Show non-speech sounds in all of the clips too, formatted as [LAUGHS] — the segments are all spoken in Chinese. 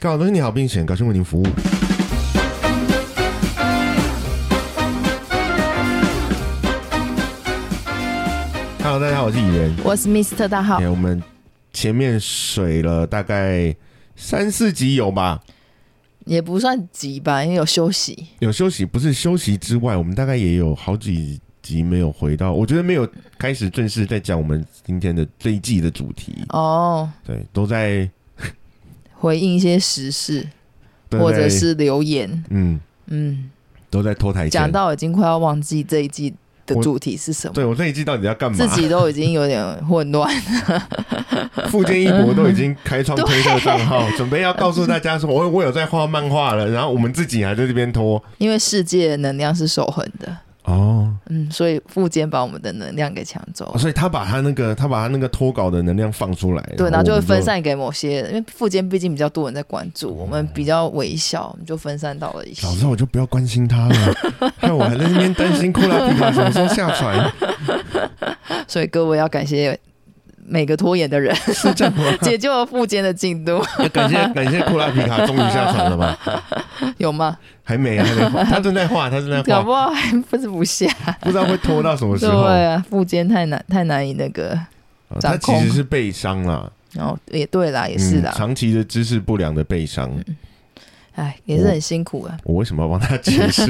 高晓东，你好，并选高生为您服务。Hello，大家好，我是蚁人。我是 Mr 大号哎，，我们前面水了大概三四集有吧？也不算急吧，因为有休息。有休息，不是休息之外，我们大概也有好几集没有回到。我觉得没有开始正式在讲我们今天的这一季的主题，哦，对，都在回应一些时事都在或者是留言，嗯，嗯，都在拖台前讲到已经快要忘记这一季的我主题是什么，对我这一季到底要干嘛自？己都已经有点混乱。 [LAUGHS] 富坚义博都已经开创推特账号，准备要告诉大家说，我我有在画漫画了，然后我们自己还在这边拖因为世界的能量是守恒的，哦，嗯，所以副肩把我们的能量给抢走所以他把他那个他把他那个脱稿的能量放出来，对，然后后就我会们分。散给某些人，因为副肩毕竟比较多人在关注，我们比较微小，我们就分散到了一些早。知道我就不要关心他了， [LAUGHS] 看我还在那边担心库拉皮卡什么时候下 [LAUGHS] 船，所以各位要感谢每个拖延 [LAUGHS] 的人，是这样吗？解救了副肩的进度， [LAUGHS] 感谢感谢库拉皮卡终于下船了吧？有吗？ [LAUGHS] 还没啊还没画，他正在画，他正 [LAUGHS] 在搞画，不好还不是不下。不知哦道会拖到什么时候。对啊，副肩太难太难以那个，啊他其实是被伤了，然后也对啦，也是嗯啦，长期的姿势不良的被伤。哎、也是很辛苦啊，我为什么要帮他解 [LAUGHS] 释？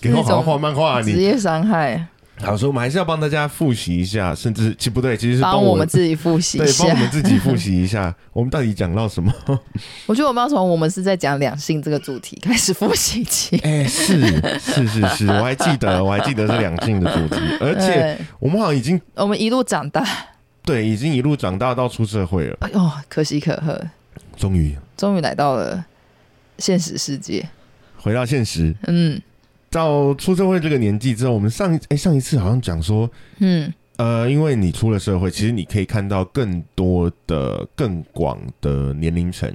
给我好好画漫画、啊，职你业伤害，好，所以我们还是要帮大家复习一下，甚至其实不对，其实是帮我我们自己复习一对，帮我下。们自己复习一下， [LAUGHS] 我们到底讲到什么？ [LAUGHS] 我觉得我们要从我们是在讲两性这个主题开始复习起。哎、是是是是，我还记得，我还记得是两性的主题，而且对我们好像已经我们一路长大，对已经一路长大到出社会了，哎呦，可喜可贺，终于终于来到了现实世界。回到现实。嗯到出社会这个年纪之后，我们上一哎、上一次好像讲说，嗯，呃，因为你出了社会，其实你可以看到更多的、更广的年龄层。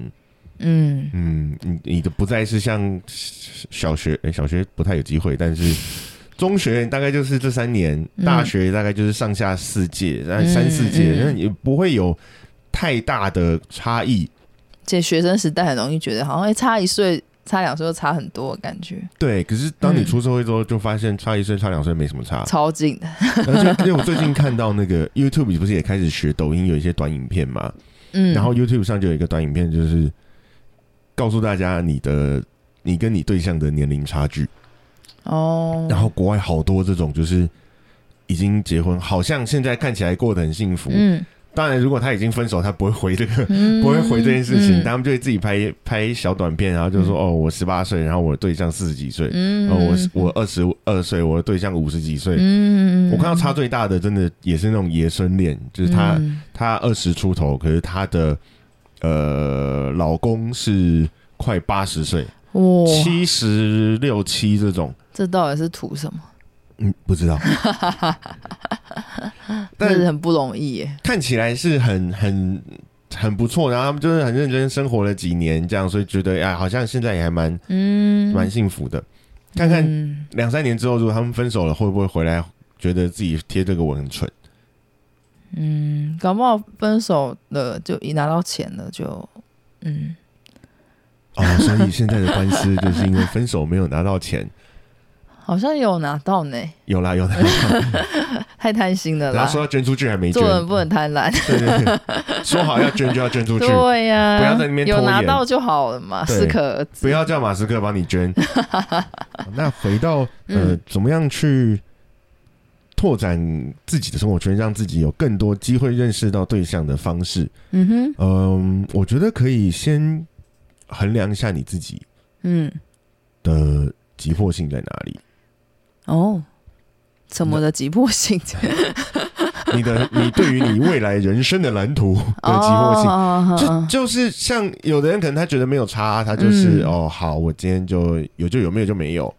嗯，嗯，你你的不再是像小学，诶小学不太有机会，但 [LAUGHS] 是中学大概就是这三年，嗯大学大概就是上下四届，然后嗯三四届，嗯那、也不会有太大的差异。且学生时代很容易觉得好像、哎差一岁、差两岁就差很多，感觉对，可是当你嗯出社会之后，就发现差一岁、差两岁没什么 [LAUGHS] 差。超近的。而且，而且我最近看到那个 YouTube 不是也开始学抖音有一些短影片嘛，嗯，然后 YouTube 上就有一个短影片，就是告诉大家你的你跟你对象的年龄差距。哦，然后国外好多这种就是已经结婚，好像现在看起来过得很幸福。嗯，当然，如果他已经分手，他不会回这个，嗯不会回这件事情，嗯他们就会自己拍拍小短片，然后就说：“嗯哦，我十八岁，然后我的对象四十几岁，嗯，哦，我是我二十二岁，我的对象五十几岁。嗯，嗯，我看到差最大的，真的也是那种爷孙恋，就是她嗯她二十出头，可是她的呃老公是快八十岁，哇，七十六七这种，这到底是图什么？嗯，不知 [LAUGHS] 道。这是但很不容易耶。看起来是很很很不错，然后他们就是很认真生活了几年，这样，所以觉得哎，好像现在也还蛮嗯，蛮幸福的。看看嗯两三年之后，如果他们分手了，会不会回来觉得自己贴这个吻很 [LAUGHS] 蠢？嗯，搞不好分手了就一拿到钱了就嗯，哦，所以现在的官司就是因为分手没有拿到 [LAUGHS] 钱，好像有拿到呢，有啦有啦。 [LAUGHS] 有啦太贪心了然啦后。说要捐出去还没捐 [LAUGHS] 做，人不能贪婪，对对对，说好要捐就要捐出去， [LAUGHS] 对呀，不要在那边拖有延拿到就好了嘛，对适可而止。不要叫马斯克帮你捐。 [LAUGHS] 那回到呃，嗯怎么样去拓展自己的生活圈，让自己有更多机会认识到对象的方式？嗯哼，嗯、我觉得可以先衡量一下你自己嗯，的急迫性在哪里，哦，什么的急 [LAUGHS] 迫性的急你 [LAUGHS] 的你对于你未来人生的蓝图的急迫哦性。就性，就是像有的人可能他觉得没有差，他就是、嗯哦好，我今天就有就有，没有就没有。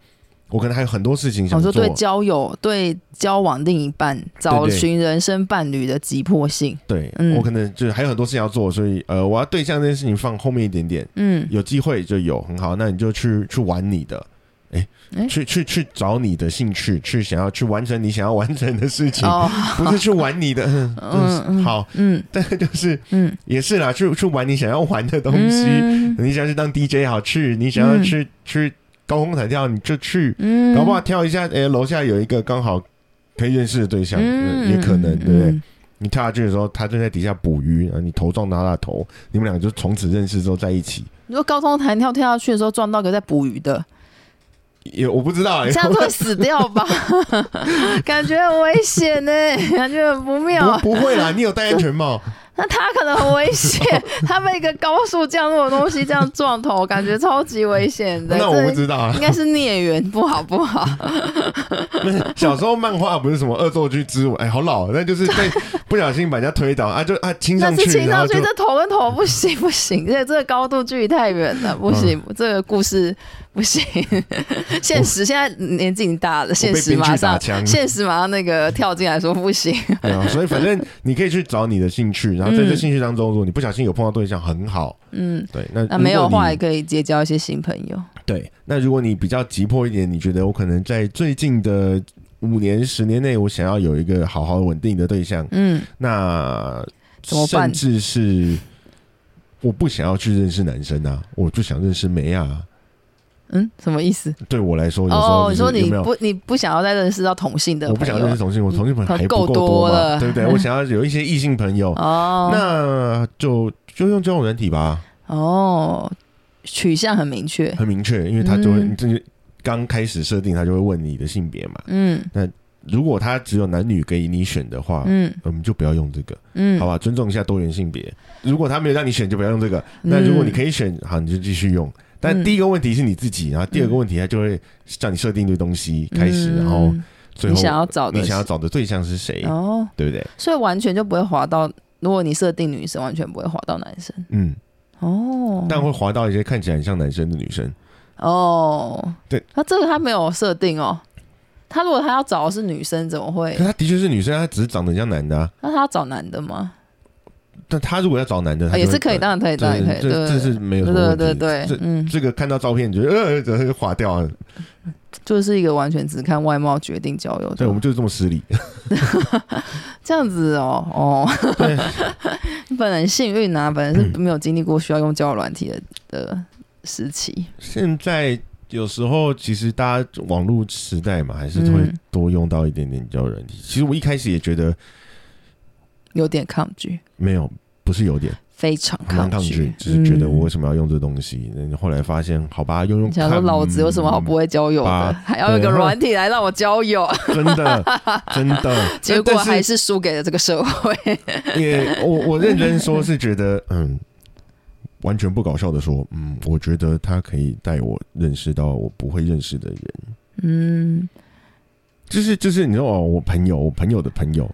我可能还有很多事情想我做。说哦对交友、对交往另一半、找寻人生伴侣的急迫性，对、嗯我可能就是还有很多事情要做，所以呃，我要对象这件事情放后面一点点，嗯有机会就有很好，那你就去去玩你的，哎去去去找你的兴趣，去想要去完成你想要完成的事情， [LAUGHS] 哦，不是去玩你的。 [LAUGHS] 嗯嗯嗯，好，嗯但是就是嗯，也是啦，去去玩你想要玩的东西。嗯你想去当 DJ 好去，你想要嗯去、去高空弹跳你就去，嗯，搞不好跳一下，哎、楼下有一个刚好可以认识的对象，嗯、也可能，对不对？嗯你跳下去的时候，他正在底下捕鱼，然后你头撞到他的头，你们两个就从此认识之后在一起。如果高空弹跳跳下去的时候撞到一个在捕鱼的，也我不知道、欸，这样子会死掉 [LAUGHS] 吧？感觉很危险呢、感觉很不妙。 [LAUGHS] 不不会啦，你有戴安全帽，那他可能很危险，他被一个高速降落的东西这样撞头，感觉超级危险的。 [LAUGHS] 那我不这知道啊应。该是孽缘，不好不好。不是小时候漫画不是什么恶作剧之吻，哎、好老，那就是被不小心把人家推倒啊，就啊亲但上是去，亲然后上去，就这头跟头不行不行，这这个高度距离太远了，嗯不行，这个故事 [LAUGHS] 不行。现实现在年纪已经大了，现实我被马编剧打上枪现实马上那个跳进来说不行。 [LAUGHS] 对啊，所以反正你可以去找你的兴趣，然后在这兴趣当中，如果你不小心有碰到对象，很好。嗯，对，那那没有如果话也你可以结交一些新朋友。对，那如果你比较急迫一点，你觉得我可能在最近的五年、十年内，我想要有一个好好稳定的对象，嗯，那怎么甚办至是我不想要去认识男生啊，我就想认识梅啊。嗯，什么意思？对我来说，有时哦，候就你是说你有没有不你不想要再认识到同性的我朋友？不想认识同性，我同性朋友嗯还不够够多嘛了对 [LAUGHS] 不对？我想要有一些异性朋友，哦，那就就用交友软体吧。哦，取向很明确。很明确，因为他就会，嗯你这就刚开始设定，他就会问你的性别嘛。嗯如果他只有男女给你选的话，嗯我们就不要用这个，嗯，好吧？尊重一下多元性别。如果他没有让你选，就不要用这个。那如果你可以，以选，好，你就继续用。但嗯第一个问题是你自己，然后第二个问题他就会叫你设定一堆东西开始，嗯然后最你后想要找的你想要是找的对象是谁，哦，对不对？所以完全就不会滑到。如果你设定女生，完全不会滑到男生嗯，哦。但会滑到一些看起来很像男生的女生。哦，对，那这个他没有设定哦。他如果他要找的是女生，怎么会可？他的确是女生，他只是长得很像男的啊。那他要找男的吗？但他如果要找男的，啊他就也是会可以，当然可以，这当然可以，这对这是没有什么对问题的。对对这对，嗯，这个看到照片，你觉得呃，然后就划掉了。就是一个完全只看外貌决定交友的。对，我们就是这么失礼。这样子哦，哦，对， [LAUGHS] 嗯你本人幸运啊，本人是没有经历过需要用交友软体的的时期。现在有时候其实大家网络时代嘛，还是会嗯多用到一点点交友软体。其实我一开始也觉得有点抗拒，没有，不是有点非常蛮抗抗拒拒，，只是觉得嗯我为什么要用这东西？那、后来发现，好吧，用用你想看。说老子有什么好不会交友吧的， [LAUGHS] 还要有对啊个软体来让我 [LAUGHS] 交友，嗯？真 [LAUGHS] 的，真的。结果但还是是输给了这个社 [LAUGHS] 会。也，我我认真说是觉得，嗯，完全不搞笑的说，嗯，我觉得他可以带我认识到我不会认识的人。嗯，就是就是，你说哦，我朋友，我朋友的朋友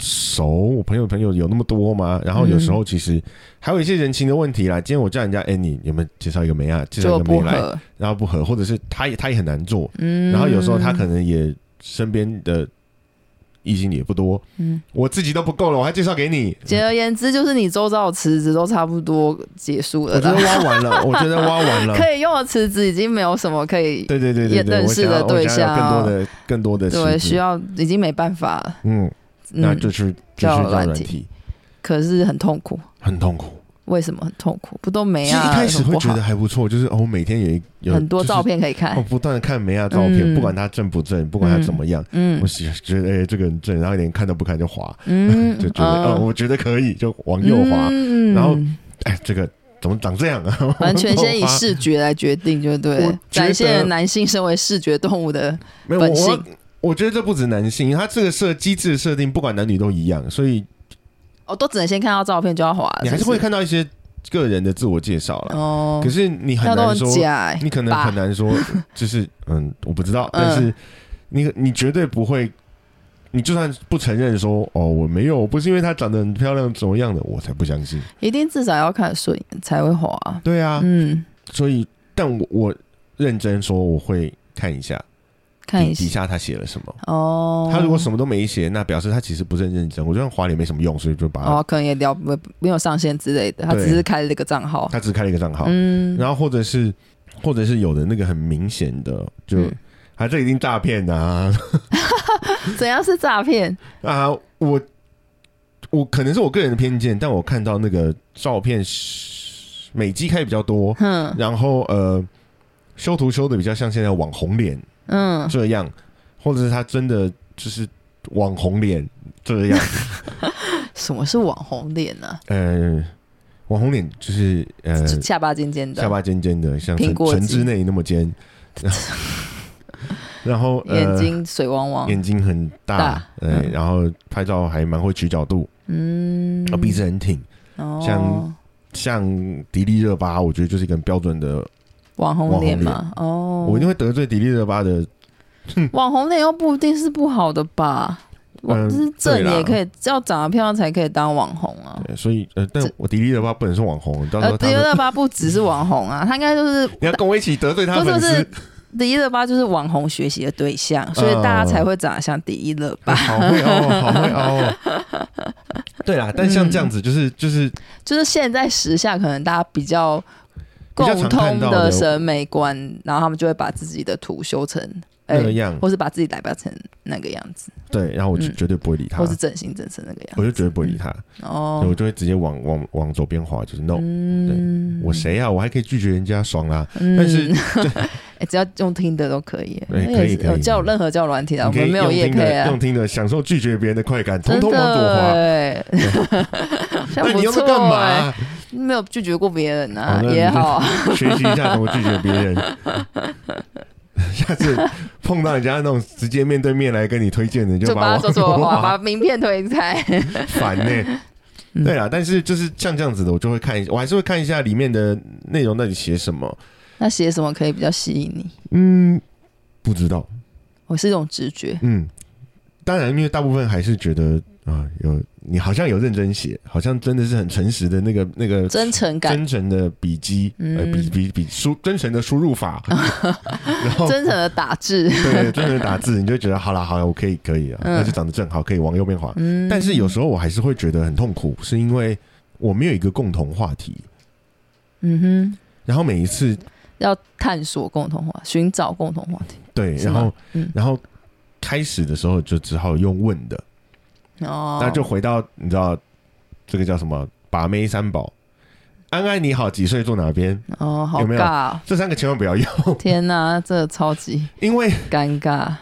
熟，我朋友的朋友有那么多吗？然后有嗯时候其实还有一些人情的问题啦。今天我叫人家，哎、你有没有介绍一个梅啊？介绍就一个不梅来，合。然后不合，或者是他也他也很难做。嗯，然后有时候他可能也身边的异性也不多，嗯，我自己都不够了，我还介绍给你。简而言之，就是你周遭的池子都差不多结束了我觉得啦，挖完了，我觉得挖完了。 [LAUGHS] 可以用的池子已经没有什么可以对对对对也对，认我识想要的对我想要象更多的更多的对需要要，已经没办法了。嗯，那嗯，就是就是交交友友软软体体可是很痛苦。很痛苦。为什么很痛苦？不都没其实啊？一开始有什么会不觉好得还不错，就是哦，我每天有一有很多照，片可以就看是哦，。不断的看梅亚照片，嗯不管他正不正，不管他怎么样，嗯我喜觉得哎、这个人正，然后连看都不看就滑，嗯， [LAUGHS] 就觉得嗯哦，我觉得可以，就往右滑，嗯然后哎，这个怎么长这样 [LAUGHS] 啊？完全先往以右滑视觉来决定，就对我了，觉得展现男性身为视觉动物的，没有本我性我我觉得这不止男性，他这个设机制的设定，不管男女都一样，所以哦，都只能先看到照啊片就要滑了，你还是是不会是看到一些个人的自我介绍啦。哦，可是你很那都难很说，假欸，你可能吧很难说， [LAUGHS] 就是嗯，我不知道，嗯但是你你绝对不会，你就算不承认说哦，我没有，不是因为她长得很漂亮怎么样的，我才不相信。一定至少要看顺眼才会滑。对啊，嗯，所以但我我认真说，我会看一下看一底底下下他写了什么。哦。他如果什么都没写，那表示他其实不是很认真。我就算划也没什么用，所以就把他哦，可能也聊没没有上线之类的，他啊对只是开了一个账号。他只是开了一个账号，嗯，然后或者是或者是有的那个很明显的，就、嗯啊这一定诈骗啊怎样是诈骗？啊！我我可能是我个人的偏见，但我看到那个照片是美肌开比较多，哼，然后呃修图修的比较像现在网红脸嗯，这样，或者是他真的就是网红脸这 [LAUGHS] 样，什么是网红脸呢、呃，网红脸就是呃就下巴尖尖的，下巴尖尖的，像苹陈果陈肌之内那么 [LAUGHS] 尖，然后然后眼、呃睛水汪汪，眼睛很大大，对，嗯然后拍照还蛮会取角度，嗯，啊，鼻子很挺，哦，像像迪丽热巴，我觉得就是一个很标准的，哦网红脸嘛，哦，我一定会得罪迪丽热巴的，网红脸又不一定是不好的吧？我嗯就是正对啦也可以，只要长得漂亮才可以当网红啊。对所以呃，但这我迪丽热巴不能是网红，到时呃，候迪他丽们热巴不只是网红啊，她应该就是你要跟我一起得罪他不是粉不丝嗯是，迪丽热巴就是网红学习的对象，所以大家才会长得像迪丽热巴。好会哦，好会哦，对啦，但像这样子，就是就是就是现在时下可能大家比较比共较常看通到的的审美观，然后他们就会把自己的图修成那个哎样，或是把自己打扮成那个样子，对，然后我就嗯绝对不会理他或，是整形整成那个样我子。就绝对不会理他，所以哦我，就会直接往往往左边滑，就是 no，嗯我？谁啊，我还可以拒绝人家，爽啦！嗯但是哎只要用听的都可以，欸哎那也可是以可以有叫任何叫软体啊，我你可们以没有用业听配的，啊用，听的，享受拒绝别人的快感，真统统往左滑。的哎，[LAUGHS] 像那不你要在错干哎， [LAUGHS] 嘛？啊没有拒绝过别人啊好，那也你就好。学习一下怎么拒绝别人。 [LAUGHS] 下次碰到人家那种直接面对面来跟你推荐 [LAUGHS] 的，你就把把我它做做 [LAUGHS] 我话，划把名片推开。烦呢。嗯对啦，但是就是像这样子的，我就会看一，我还是会看一下里面的内容到底写什么。那写什么可以比较吸引你？嗯，不知道。我是一种直觉，嗯，当然，因为大部分还是觉得啊，有你好像有认真写，好像真的是很诚实的那个那个真诚感，真诚的笔记，呃，嗯笔笔笔输真诚的输入法， [LAUGHS] 然后真诚的打 [LAUGHS] 字。对真诚的打字，你就觉得好啦好啦，我可以可以啊，嗯那就长得正好，可以往右边滑。嗯，但是有时候我还是会觉得很痛苦，是因为我没有一个共同话题，嗯然后每一次哼，要探索共同话，寻找共同话题。对，是然吗后嗯然后开始的时候就只好用问的，哦，那就回到你知道这个叫什么把妹三宝，安安你好，几岁住哪边？哦，好有没有尬哦。这三个千万不要用， [LAUGHS] 天哪，这超级因为尴尬，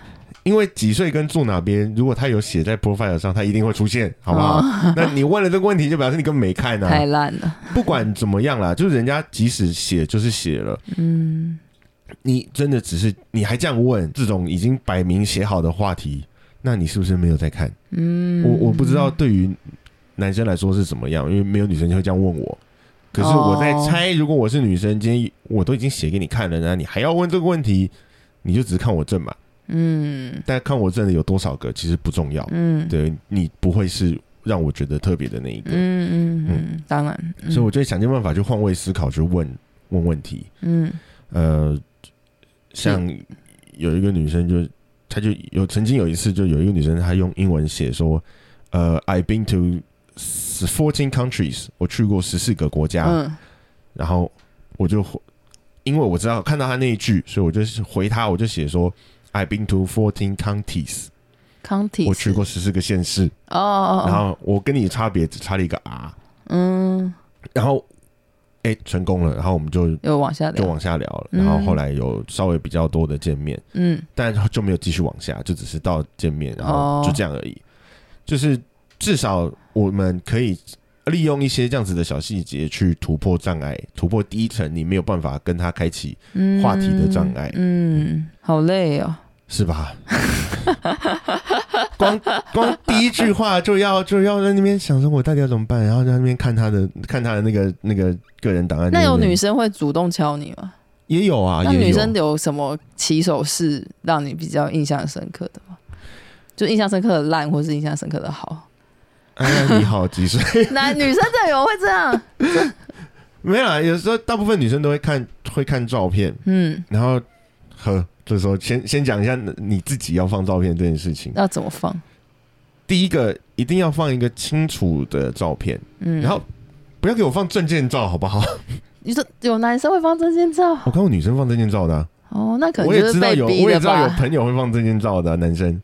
因为几岁跟住哪边，如果他有写在 profile 上，他一定会出现，好不好？哦那你问了这个问题，就表示你根本没看太啊。烂了。 [LAUGHS] 不管怎么样啦，就是人家即使写就是写了，嗯，你真的只是你还这样问，这种已经摆明写好的话题，那你是不是没有在看？嗯，我我不知道对于男生来说是怎么样，因为没有女生会这样问我。可是我在哦猜，如果我是女生，今天我都已经写给你看了，那你还要问这个问题，你就只是看我证嘛？嗯但看我证的有多少个其实不重要，嗯，对你不会是让我觉得特别的那一个，嗯嗯嗯，当然。嗯所以我就会想尽办法去换位思考，去问问问题。嗯呃，像有一个女生就，她就有曾经有一次，就有一个女生她用英文写说，呃，I've been to fourteen countries，我去过十四个国家，嗯然后我就回因为我知道看到她那一句，所以我就是回她，我就写说。I've been to fourteen counties， ，County，我去过十四个县市，哦哦，然哦，后我跟你差别只差了一个 R，嗯，然后哎、成功了，然后我们就又往下就聊，往下聊了，嗯然后后来有稍微比较多的见面，嗯，但就没有继续往下，就只是到见面，然后哦就这样而已。就是至少我们可以利用一些这样子的小细节去突破障碍，突破第一层你没有办法跟他开启，话题的障碍嗯，嗯好累哦。是 [LAUGHS] 吧？光光第一句话就要就要在那边想说我到底要怎么办，然后在那边看他的看他的那个那个个人档案。那有边女生会主动敲你吗？也有啊，那也有女生有什么起手式让你比较印象深刻的吗？就印象深刻的烂，或是印象深刻的好？哎，你好，几岁？ [LAUGHS] 男女生真的有会这样？没有啦，啊有时候大部分女生都会看会看照片，嗯，然后呵，这时候先先讲一下你自己要放照片这件事情。要怎么放？第一个一定要放一个清楚的照片，嗯， [LAUGHS] 然后不要给我放证件照，好不好？你说有男生会放证件照我看过女生放证件照的啊、哦，那可能我就也是知道被有，逼我也的知道有吧。朋友会放证件照的啊、男生，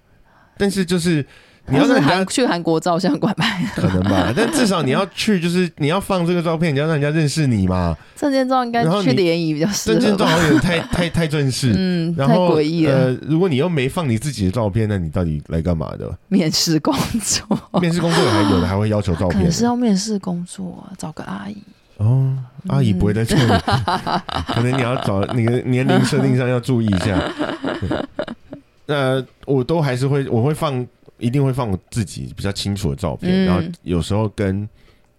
但是就是你要或 [LAUGHS] 让是人家韩去韩国照相馆拍可能吧，但至少你要去，就是你要放这个照片，你要让人家认识你嘛。证件照，应该然后去你联谊比较适证件合照吧。好像有点 [LAUGHS] 太太太正式。嗯，然太后诡异了，呃，如果你又没放你自己的照片，那你到底来干嘛的？面试工作。面试工作还有的还会要求照可片能是要面试工作，找个阿姨。哦，阿嗯姨不会在这 [LAUGHS] 里，可能你要找那个年龄设定上要注意一下。 [LAUGHS] 对那我都还是会，我会放，一定会放我自己比较清楚的照片，嗯然后有时候跟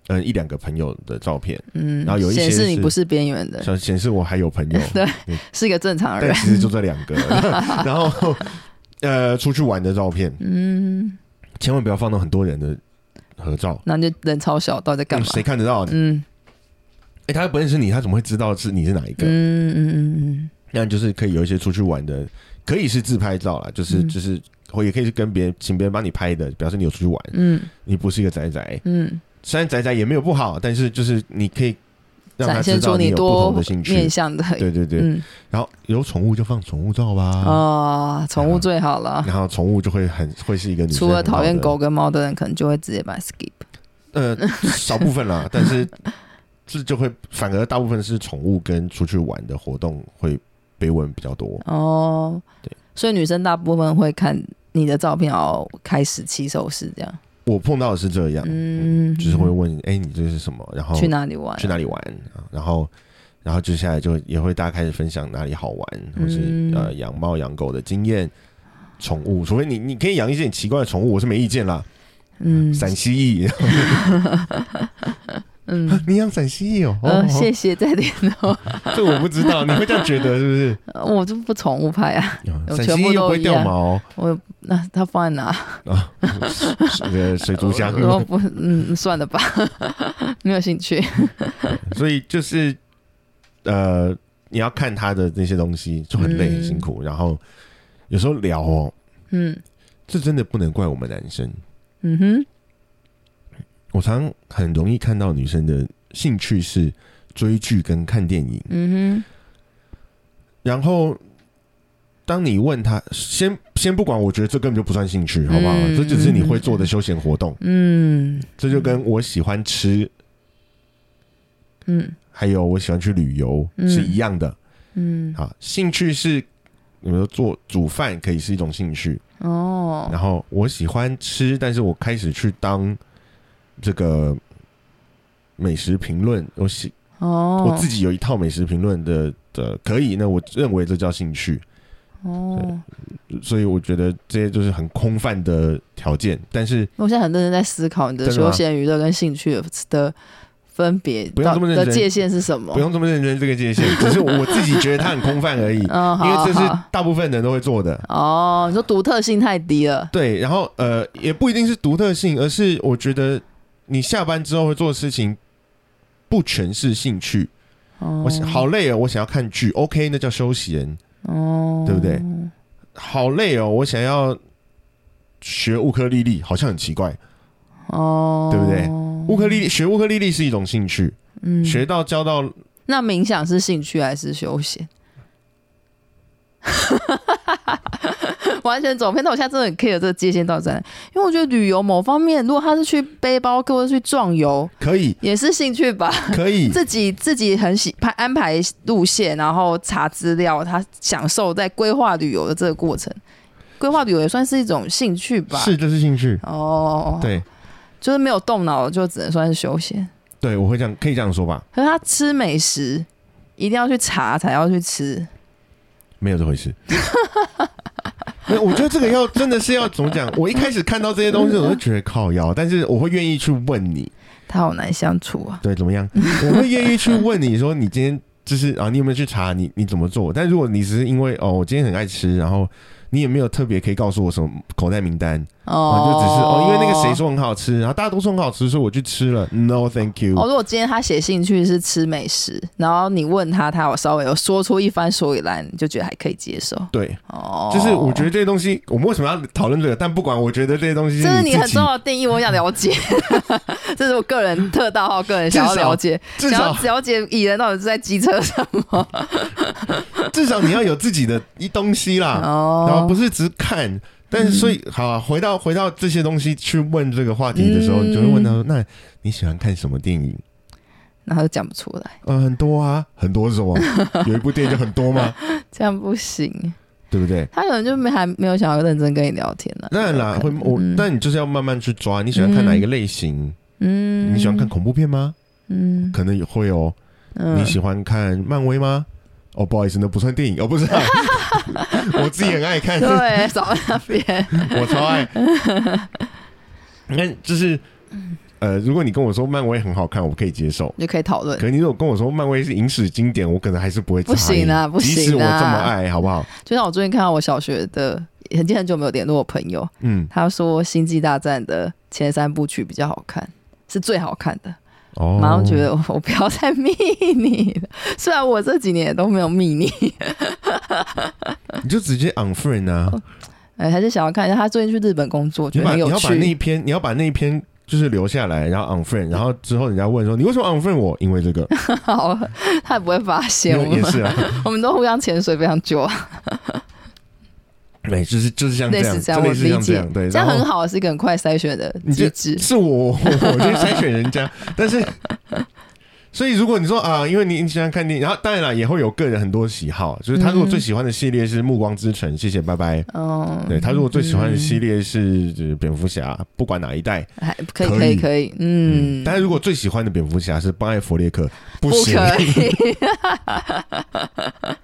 嗯一两个朋友的照片，嗯，然后有一些显示你是不是边缘的，想显示我还有朋 [LAUGHS] 友。对对，是一个正常但人。其实就这两 [LAUGHS] 个。然后呃，出去玩的照片，嗯，千万不要放到很多人的合照，那就人超小，到底在干嘛？谁看得到你？嗯哎、他又不认识你，他怎么会知道是你是哪一嗯个？嗯嗯那就是可以有一些出去玩的，可以是自拍照啦，就是、嗯就是。或也可以是跟别人请别人帮你拍的，表示你有出去玩，嗯你不是一个宅宅。嗯虽然宅宅也没有不好，但是就是你可以嗯，让他展现知道出有不多同的兴趣面。向的。对对对，嗯然后有宠物就放宠物照吧，啊，宠物最好了。然后宠物就会很会是一个女生除了很好讨厌的狗跟猫的人，可能就会直接把它 skip。呃，少部分 [LAUGHS] 啦，但是这就会反而大部分是宠物跟出去玩的活动会被问比较多。哦，对，所以女生大部分会看你的照片，然后开始起手势这样。我碰到的是这样，嗯，就是会问，哎、你这是什么？然后去哪里玩？去哪里玩？啊然后，然后接下来就也会大家开始分享哪里好玩，或是、嗯呃养猫养狗的经验。宠物，除非你你可以养一些很奇怪的宠物，我是没意见啦。嗯陕西蜴，[LAUGHS] 嗯，你养陕西蜴哦？哦呃，谢谢再点头，这我不知道，你会这样觉得 [LAUGHS] 是呃我就不宠物派啊， [LAUGHS] 不是？我陕全西部蜴又不都会一掉样毛，我那它放在哪？啊，那个呃水族 [LAUGHS] 箱，我我不，嗯，算了吧， [LAUGHS] 没有兴趣。 [LAUGHS] 所以就是呃，你要看他的那些东西就很累嗯很辛苦，然后有时候聊哦，嗯这真的不能怪我们男生。嗯哼，我常很容易看到女生的兴趣是追剧跟看电影，嗯然后当你问他，先先不管，我觉得这根本就不算兴趣，好不好？嗯这只是你会做的休闲活动，哼，嗯这就跟我喜欢吃，嗯还有我喜欢去旅游是一样的。嗯，好，兴趣是你们说做煮饭可以是一种兴趣，哦，然后我喜欢吃，但是我开始去当这个美食评论，我喜、哦，我自己有一套美食评论的的可以，那我认为这叫兴趣，哦，所以我觉得这些就是很空泛的条件，但是我现在很认真在思考你的真的吗休闲娱乐跟兴趣的的分别，不用到这么认的真界限是什么？不用这么认真这个界 [LAUGHS] 限，只是我自己觉得它很空泛而已，因嗯，好，为这是好大部分人都会做的。哦，你说独特性太低了，对，然后呃，也不一定是独特性，而是我觉得你下班之后会做的事情不全是兴趣。哦我想好累哦，我想要看剧，OK，那叫休闲。哦，对不对？好累哦，我想要学乌克丽丽，好像很奇怪。哦，对不对？乌克丽丽学乌克丽丽是一种兴趣，嗯学到教到那冥想是兴趣还是休闲？ [LAUGHS] 完全走偏，但我现在真的很 care 这个界限到底在哪，因为我觉得旅游某方面，如果他是去背包客或者去壮游，可 [LAUGHS] 以也是兴趣吧。可以，自己自己很喜排安排路线，然后查资料，他享受在规划旅游的这个过程。规划旅游也算是一种兴趣吧？是就是兴趣。哦，，对就是没有动脑，就只能算是休闲。对，我会这样，可以这样说吧？可是他吃美食一定要去查才要去吃，没有这回事。 [LAUGHS] 没有我觉得这个要真的是要怎么讲？我一开始看到这些东西，我就觉得靠腰，但是我会愿意去问你，他好难相处啊。对，怎么样？ [LAUGHS] 我会愿意去问你说，你今天就是啊，你有没有去查你你怎么做？但如果你只是因为哦，我今天很爱吃，然后你也没有特别可以告诉我什么口袋名单，啊，哦，就只是哦，因为那个谁说很好吃，然啊后大家都说很好吃，所以我去吃了。No，thank you。哦，如果今天他写兴趣是吃美食，然后你问他，他有稍微有说出一番所以然，你就觉得还可以接受。对，哦，就是我觉得这些东西，我们为什么要讨论这个？但不管，我觉得这些东西这是你你自很啊己重要的定义，我想 [LAUGHS] 了解。这是我个人特道号，个人想要了解，至想要少了解蚁人到底是在机车什么。 [LAUGHS] 至少你要有自己的一东西啦。啊然后哦嗯不，是只看。但是，所以好啊、回到回到这些东西去问这个话题的时候，嗯你就会问他说：“那你喜欢看什么电影然后就讲不出来，？”呃，很多啊，很多是什么？ [LAUGHS] 有一部电影就很多吗？这样不行。对不对？ [LAUGHS] 他可能就没还没有想要认真跟你聊天呢、当然啦，会我，嗯但你就是要慢慢去抓，你喜欢看哪一个类型？嗯，你喜欢看？恐怖片吗？嗯可能也会哦。嗯，你喜欢看漫威吗？哦，不好意思，那不算电影哦，不是、 [LAUGHS] 啊，我自己很爱看，对， [LAUGHS] 少在那边。我超爱。你看，就是嗯呃，如果你跟我说漫威很好看，我可以接受。就可以讨论可。是你如果跟我说漫威是影史经典，我可能还是不会。不行啊不行啊即使我这么爱，好不好？就像我最近看到我小学的，很近很久没有联络我朋友，嗯，他说《星际大战》的前三部曲比较好看，是最好看的。哦，马上觉得我我不要再密你了，虽然我这几年也都没有密你， [LAUGHS] 哦你就直接 unfriend 啊！哎，还是想要看一下他最近去日本工作，你觉得把很你有要把那一趣。篇，你要把那一篇就是留下来，然后 unfriend，然后之后人家问说你为什么 unfriend 我？因为这 [LAUGHS] 个，好，他也不会发现我因为也们，是啊，我们都互相潜水非常久啊，对，就是就是像这类样，似这样，就我类似理像这解样，，对，这样然后很好，是一个很快筛选的你机这制。是我，我去筛选人家，但是。所以，如果你说啊，因为你你喜欢看电影，然后当然了，也会有个人很多喜好。就是他如果最喜欢的系列是《暮光之城》，谢谢，拜拜。嗯，对他如果最喜欢的系列，列是呃蝙蝠侠，不管哪一代，还可以可以可以可以，嗯，但是如果最喜欢的蝙蝠侠是邦艾弗列克，不不行，可以。 [LAUGHS]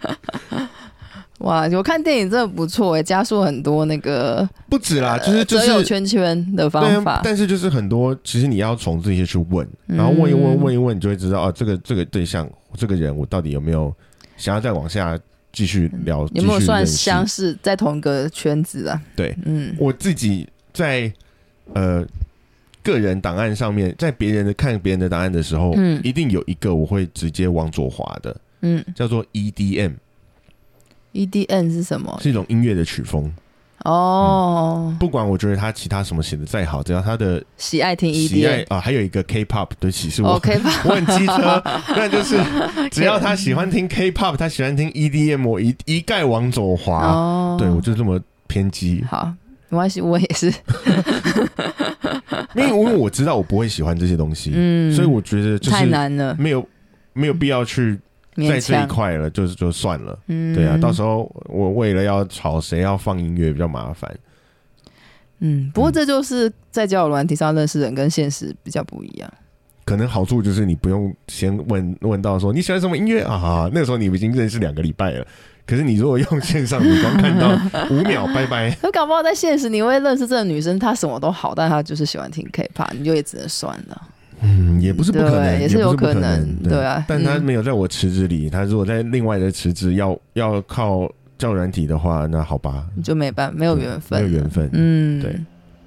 哇，我看电影真的不错诶，加速很多那个不止啦，就是就呃择友是。圈圈的对方啊法，。但是就是很多，其实你要从这些去问，然后问一问，嗯问一问，你就会知道啊，这个这个对象，这个人，我到底有没有想要再往下继续聊？嗯有没有继续算认识相似在同一个圈子啊？对，嗯，我自己在呃个人档案上面，在别人的看别人的档案的时候，嗯一定有一个我会直接往左滑的，嗯叫做 EDM， ，EDN 是什么？是一种音乐的曲风。哦，不管我觉得他其他什么写的再好，只要他的喜爱听喜爱 EDN。啊、还有一个 K-pop，对不起，是我。 [LAUGHS] OK 吧，我很机 [LAUGHS] 车，那就是只要他喜欢听 K-pop，他喜欢听 EDM，我一一概往左滑。哦，对，我就这么偏激， [LAUGHS] 好，没关系，我也是，因为因为我知道我不会喜欢这些东西，嗯，所以我觉得就太是难了，没有没有必要去在勉这一强，块了，就是就算了。嗯，对啊，到时候我为了要吵谁要放音乐比较麻烦，嗯，不过嗯这就是在交友软体上认识人跟现实比较不一样。可能好处就是你不用先问问到说你喜欢什么音乐啊，那个时候你已经认识两个礼拜了。可是你如果用线上，你光看到五秒，拜拜。可搞不好在现实你会认识这个女生，她什么都好，但她就是喜欢听 K-pop，你就也只能算了。嗯，也不是不可能，对也是是有不可可能对啊但他嗯没有在我池子里，他如果在另外的池子要要靠教软体的话，那好吧，你就没办法，没有缘分，没有缘分。嗯，对，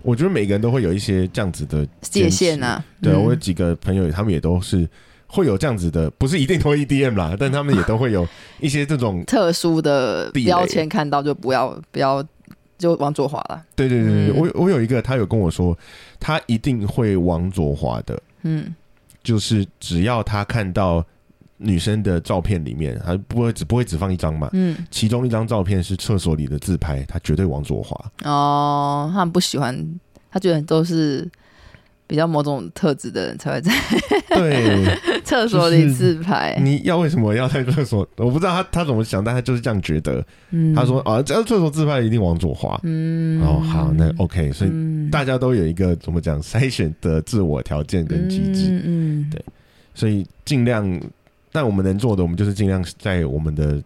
我觉得每个人都会有一些这样子的界限啊，对，嗯我有几个朋友，他们也都是会有这样子的，不是一定都 EDM 啦，但他们也都会有一些这种，特殊的地雷标签看到就不要不要就往左滑了，对对对对，嗯我我有一个，他有跟我说，他一定会往左滑的，嗯，就是只要他看到女生的照片里面，他不会只不会只放一张嘛，嗯，其中一张照片是厕所里的自拍，他绝对往左滑，哦，他们不喜欢，他觉得都是比较某种特质的人才会在对。厕所里就是自 [LAUGHS] 拍。你要为什么要在厕 [LAUGHS] 所？我不知道他他怎么想，但他就是这样觉得。嗯他说，啊，只要厕所自拍一定往左滑。嗯，哦，好，那 OK，所以嗯大家都有一个怎么讲筛选的自我条件跟机制，嗯，嗯对所以尽量，但我们能做的，我们就是尽量在我们的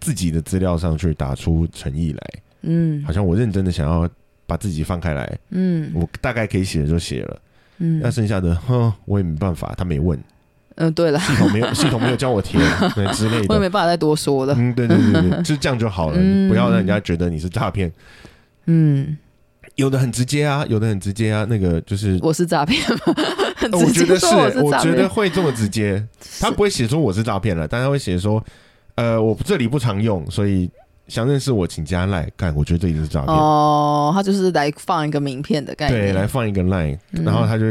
自己的资料上去打出诚意来。嗯好像我认真的想要把自己放开来，嗯我大概可以写的就写了，那嗯，剩下的，哼，我也没办法，他没问，嗯，对了，系统没有系统没有教我填 [LAUGHS] 对之类我也的。没办法再多说了。嗯，对对对对，就是这样就好了，嗯你不要让人家觉得你是诈骗。嗯，有的很直接啊，有的很直接啊，那个就是，我是诈骗吗？呃觉直 [LAUGHS] 接得是，说我是我诈觉得骗，会这么直接，他不会写说我是诈骗了，但他会写说，呃，我这里不常用，所以想认识我请加赖。干，我觉得这里是诈骗。哦，他就是来放一个名片的概念，对，来放一个 line，、嗯然后他就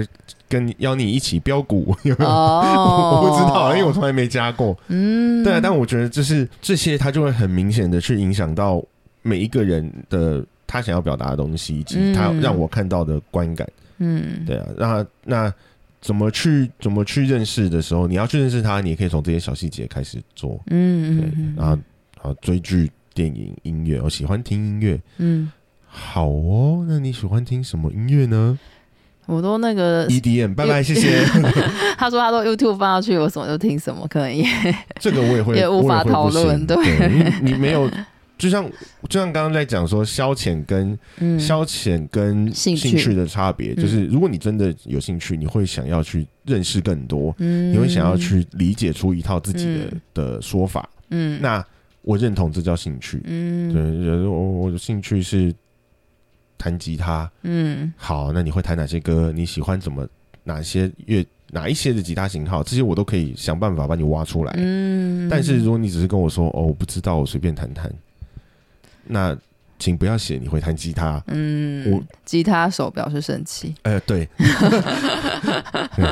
跟你邀你一起标股，有没有？哦 [LAUGHS] 我，我不知道，因为我从来没加过。嗯，对啊，但我觉得就是这些，它就会很明显的去影响到每一个人的他想要表达的东西，以及他嗯让我看到的观感。嗯，对啊，那那怎么去怎么去认识的时候，你要去认识他，你也可以从这些小细节开始做。对嗯，嗯，然后啊，追剧、电影、音乐，我喜欢听音乐。嗯，好哦，那你喜欢听什么音乐呢我都那个， ？EDM，拜拜，谢 [LAUGHS] 谢。他说他都 YouTube 放上去，我什么都听什么，可 [LAUGHS] 能也这个我也会也无法我会不讨论行对对，因为你没有，就像就像刚刚在讲说消遣跟、嗯，消遣跟兴兴趣趣的差别，嗯就是如果你真的有兴趣，你会想要去认识更多，嗯你会想要，去理解出一套自己的、嗯的说法。嗯，，那我认同这叫兴趣。对，嗯，人我我的兴趣是弹吉他，嗯，好，那你会弹哪些歌？你喜欢怎么哪些乐哪一些的吉他型号？这些我都可以想办法把你挖出来。嗯，但是如果你只是跟我说哦，我不知道，我随便弹弹，那请不要写你会弹吉他。嗯，我吉他手表示生气。呃，对， [LAUGHS] 对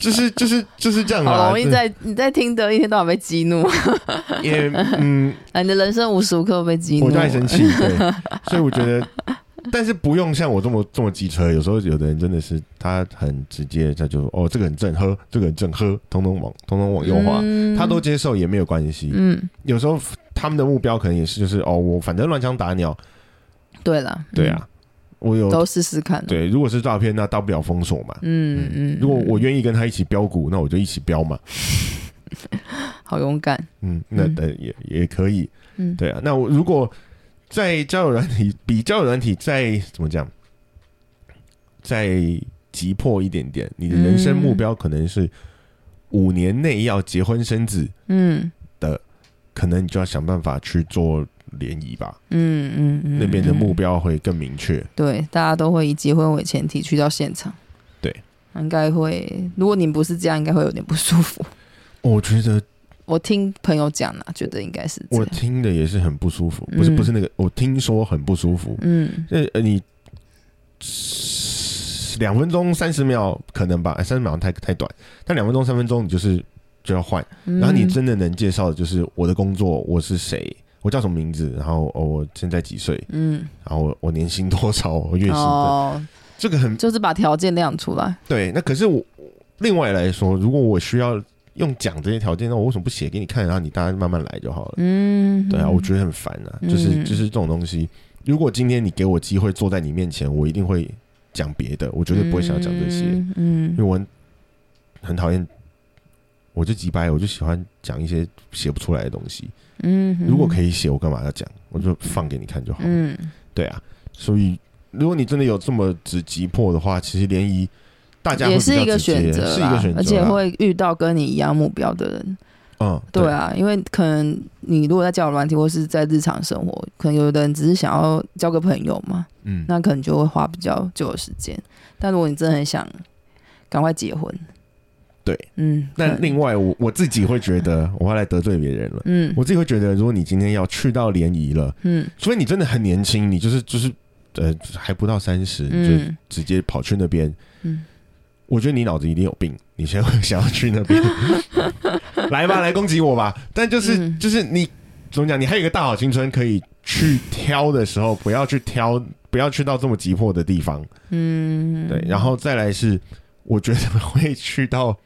就是就是就是这样啦。好容易这在你在听的一天到晚被激怒， [LAUGHS] 也嗯，啊，你的人生无时无刻被激怒。我就爱生气， [LAUGHS] 对，所以我觉得，但是不用像我这么这么机车。有时候有的人真的是他很直接，他就哦，这个很正喝，这个很正喝，通通往通通往右滑，嗯啊他都接受也没有关系。嗯，有时候他们的目标可能也是就是哦，我反正乱枪打鸟，对了，对啊，我嗯，有都试试看。，对，如果是诈骗，那大不了封锁嘛。嗯嗯，如果我嗯愿意跟他一起标股，那我就一起标嘛。好勇敢，嗯，那嗯呃也也可以，嗯，对啊。那我如果在交友软体比交友软体再怎么讲，再急迫一点点，你的人生目标可能是五年内要结婚生子，嗯可能你就要想办法去做联谊吧，嗯嗯嗯，那边的目嗯标会更明确。对，大家都会以结婚为前提去到现场。对，应该会。如果你不是这样，应该会有点不舒服。 [LAUGHS] 我觉得我听朋友讲啦，觉得应该是这我样。听的也是很不舒服，不是嗯不是那个，我听说很不舒服。嗯那呃你两分钟三十秒可能吧，哎三十秒好像太太短，但两分钟三分钟你就是就要换。嗯，然后你真的能介绍的就是我的工作，我是谁，我叫什么名字，然后哦我现在几岁，嗯然后我我年薪多少，我月薪多哦，这个很就是把条件亮出来。对。那可是我另外来说，如果我需要用讲这些条件，那我为什么不写给你看，然后你大家慢慢来就好了？嗯，对啊，我觉得很烦啊，就是嗯就是这种东西。如果今天你给我机会坐在你面前，我一定会讲别的，我绝对不会想要讲这些，嗯因嗯为我很很讨厌，我就几掰，我就喜欢讲一些写不出来的东西。嗯，如果可以，以写，我干嘛要讲？我就放给你看就好。嗯对啊，所以如果你真的有这么急急迫的话，其实联谊大家会也比较是一个直接选择是一个啦选择啦，而且会遇到跟你一样目标的人。嗯，对啊，因为可能你如果在交友软体或是在日常生活，可能有的人只是想要交个朋友嘛，嗯，那可能就会花比较久的时间。但如果你真的很想赶快结婚，对，嗯，那可能另外我我自己会觉 [LAUGHS] 得，我要来得罪别人了。嗯我自己会觉得，如果你今天要去到联谊了，嗯除非你真的很年轻，你就是就是呃还不到三十，你就嗯直接跑去那边，嗯，我觉得你脑子一定有病，你先会 [LAUGHS] 想要去那 [LAUGHS] 边，来吧，来攻击我吧。但就是、嗯就是你怎么讲，你还有一个大好青春可以去挑的时候，不要去挑，不要去到这么急迫的地方。嗯，对，然后再来是，我觉得会去到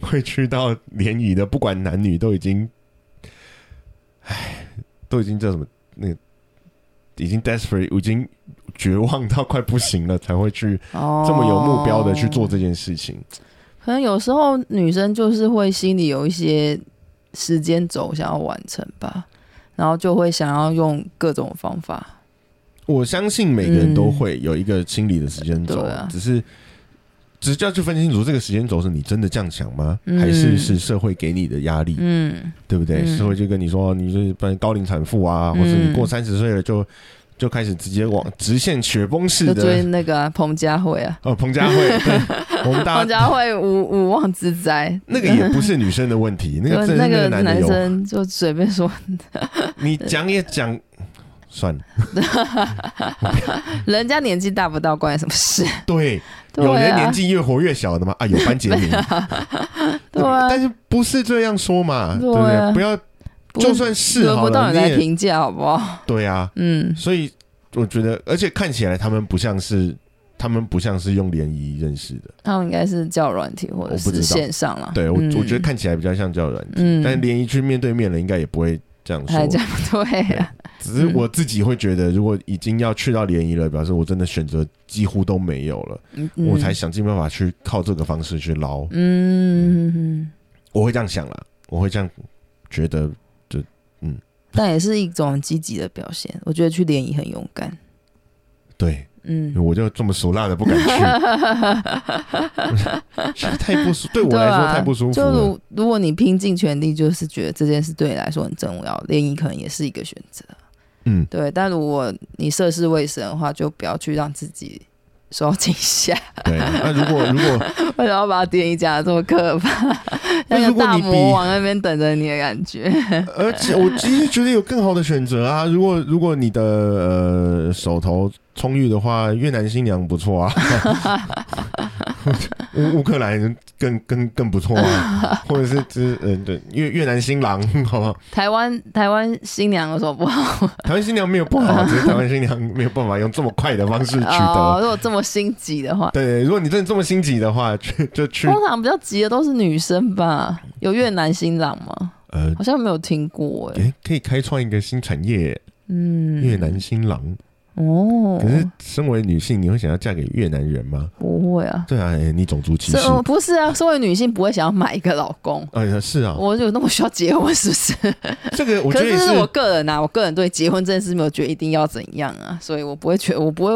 会去到联谊的，不管男女都已经，唉，都已经叫什么那个，已经 desperate，已经绝望到快不行了，才会去哦，这么有目标的去做这件事情。可能有时候女生就是会心里有一些时间轴想要完成吧，然后就会想要用各种方法。我相信每个人都会有一个心理的时间轴，嗯对啊只是只是要去分清楚这个时间轴是你真的这样想吗？嗯还是是社会给你的压力，嗯对不对？嗯社会就跟你说你是不然高龄产妇啊，或者你过三十岁了就就开始直接往直线雪崩式就追的那个啊、彭佳慧啊， [LAUGHS] 哦，彭佳 [LAUGHS] 慧，对，我们大彭家佳慧无无妄之灾，那个也不是女生的问 [LAUGHS] 题，那个真的那是个那个男的男有，啊生就随便说，你讲也讲，算了，人家年纪大不到，关你什么事？对，对有人年啊，纪越活越小的嘛，啊，有班杰 [LAUGHS] 明，对啊但是不是这样说嘛，对对不对？啊不要，不就算是轮好不到了，你你来也评价，好不好？对啊，嗯，所以我觉得，而且看起来他们不像是，他们不像是用联谊认识的。他们应该是叫软体或我者不知是道线上了。对我，嗯我觉得，看起来比较像交友软件，嗯，但联谊去面对面了，应该也不会这样说。还讲不 [LAUGHS] 对啊，只是我自己会觉得，如果已经要去到联谊了，表示我真的选择几乎都没有了，嗯我才想尽办法去靠这个方式去捞。嗯，嗯我会这样想啦，我会这样觉得。但也是一种积极的表现。我觉得去联谊很勇敢。对，嗯，我就这么俗辣的不敢 [LAUGHS] 去，太不舒，对我对来说啊，太不舒服就了。如如果你拼尽全力，就是觉得这件事对你来说很重要，联谊可能也是一个选择。嗯，对，但如果你涉世未深的话，就不要去让自己受到惊吓。对。啊那如果如果 [LAUGHS] 为什么要把联谊讲的这么可怕？那 [LAUGHS] 那如个果大你比魔王那边等着你的感觉。而且我其实觉得有更好的选择 [LAUGHS] 啊。如果如果你的呃手头充裕的话，越南新娘不错 [LAUGHS] 啊，乌乌克兰更更更不错啊，或者是之嗯、对越越南新郎，好不好？台湾台湾新娘有什么不好？台湾新娘没有不好，只是台湾新娘没有办法用这么快的方式取哦，得。如果这么心急的话，对，如果你真的这么心急的话，去就去通常比较急的都是女生吧？有越南新郎吗？呃，好像没有听过哎、诶可以开创一个新产业，嗯，越南新郎。哦，可是身为女性，你会想要嫁给越南人吗？不会啊，对啊，哎你种族歧视这。呃不是啊，身为女性不会想要买一个老公。呃，是啊，我有那么需要结婚是不是？这个我觉可得是也这是是我个人啊，我个人对结婚这件事没有觉得一定要怎样啊，所以我不会觉得我不会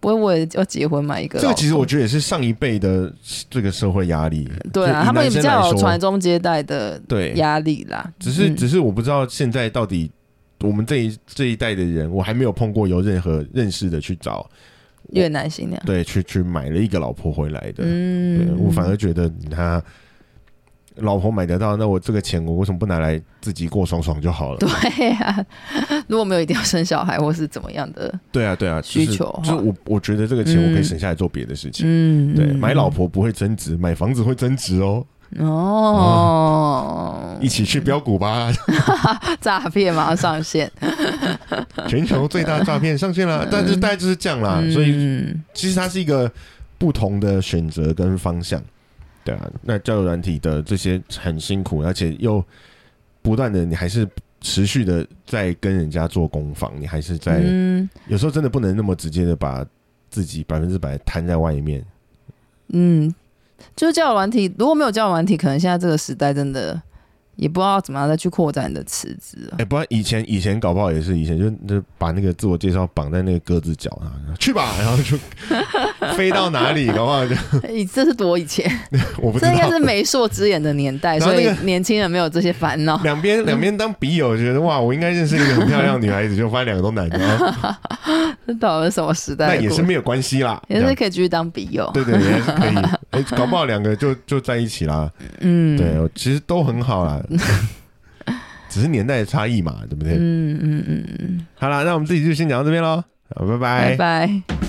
不会为了要结婚买一个老这公。个，其实我觉得也是上一辈的这个社会压力。对就啊，以他们男比生较来有说传宗接代的对，压力啦。只是嗯只是我不知道现在到底我们这一这一代的人，我还没有碰过有任何认识的去找，越南新娘，对，去去买了一个老婆回来的。对嗯，我反而觉得他老婆买得到，那我这个钱我为什么不拿来自己过爽爽就好了？对呀、啊，如果没有一定要生小孩或是怎么样的，对啊，对啊，就是需求的话就是我我觉得这个钱我可以嗯省下来做别的事情。嗯，对，买老婆不会增值，买房子会增值哦。哦，一起去标股吧， [LAUGHS] 诈骗马上上 [LAUGHS] 线，全球最大诈骗上线嗯了。但是大概就是这样啦，啊所以以其实它是一个不同的选择跟方向。对啊，那交友软体的这些很辛苦，而且又不断的，你还是持续的在跟人家做攻防，你还是在、嗯有时候真的不能那么直接的把自己百分之百摊在外面。嗯，就是交友软体，如果没有交友软体，可能现在这个时代真的也不知道怎么样再去扩展你的池子了哎、。不然以前以前搞不好也是以前就就把那个自我介绍绑在那个鸽子脚啊，然后去吧，然后 [LAUGHS] 就飞到哪里，搞不好就咦哎这是多以前，我不知这道。应该是媒妁之言的年 [LAUGHS] 代，然后所那以个年轻人没有这些烦恼。 [LAUGHS] 两边两边当笔友，觉得哇，我应该认识一个很漂亮的女孩子，就发现两个都男 [LAUGHS] 的，啊这到底是什么时代那的也故是事？没有关系啦。也这是样可以继续当笔友。对对，也是可 [LAUGHS] 以。哎，搞不好两个就就在一起啦。嗯，对，我其实都很好 [LAUGHS] 啦，只是年代的差异嘛，对不对？嗯嗯嗯嗯，好啦，那我们这集就先讲到这边喽，好拜拜拜。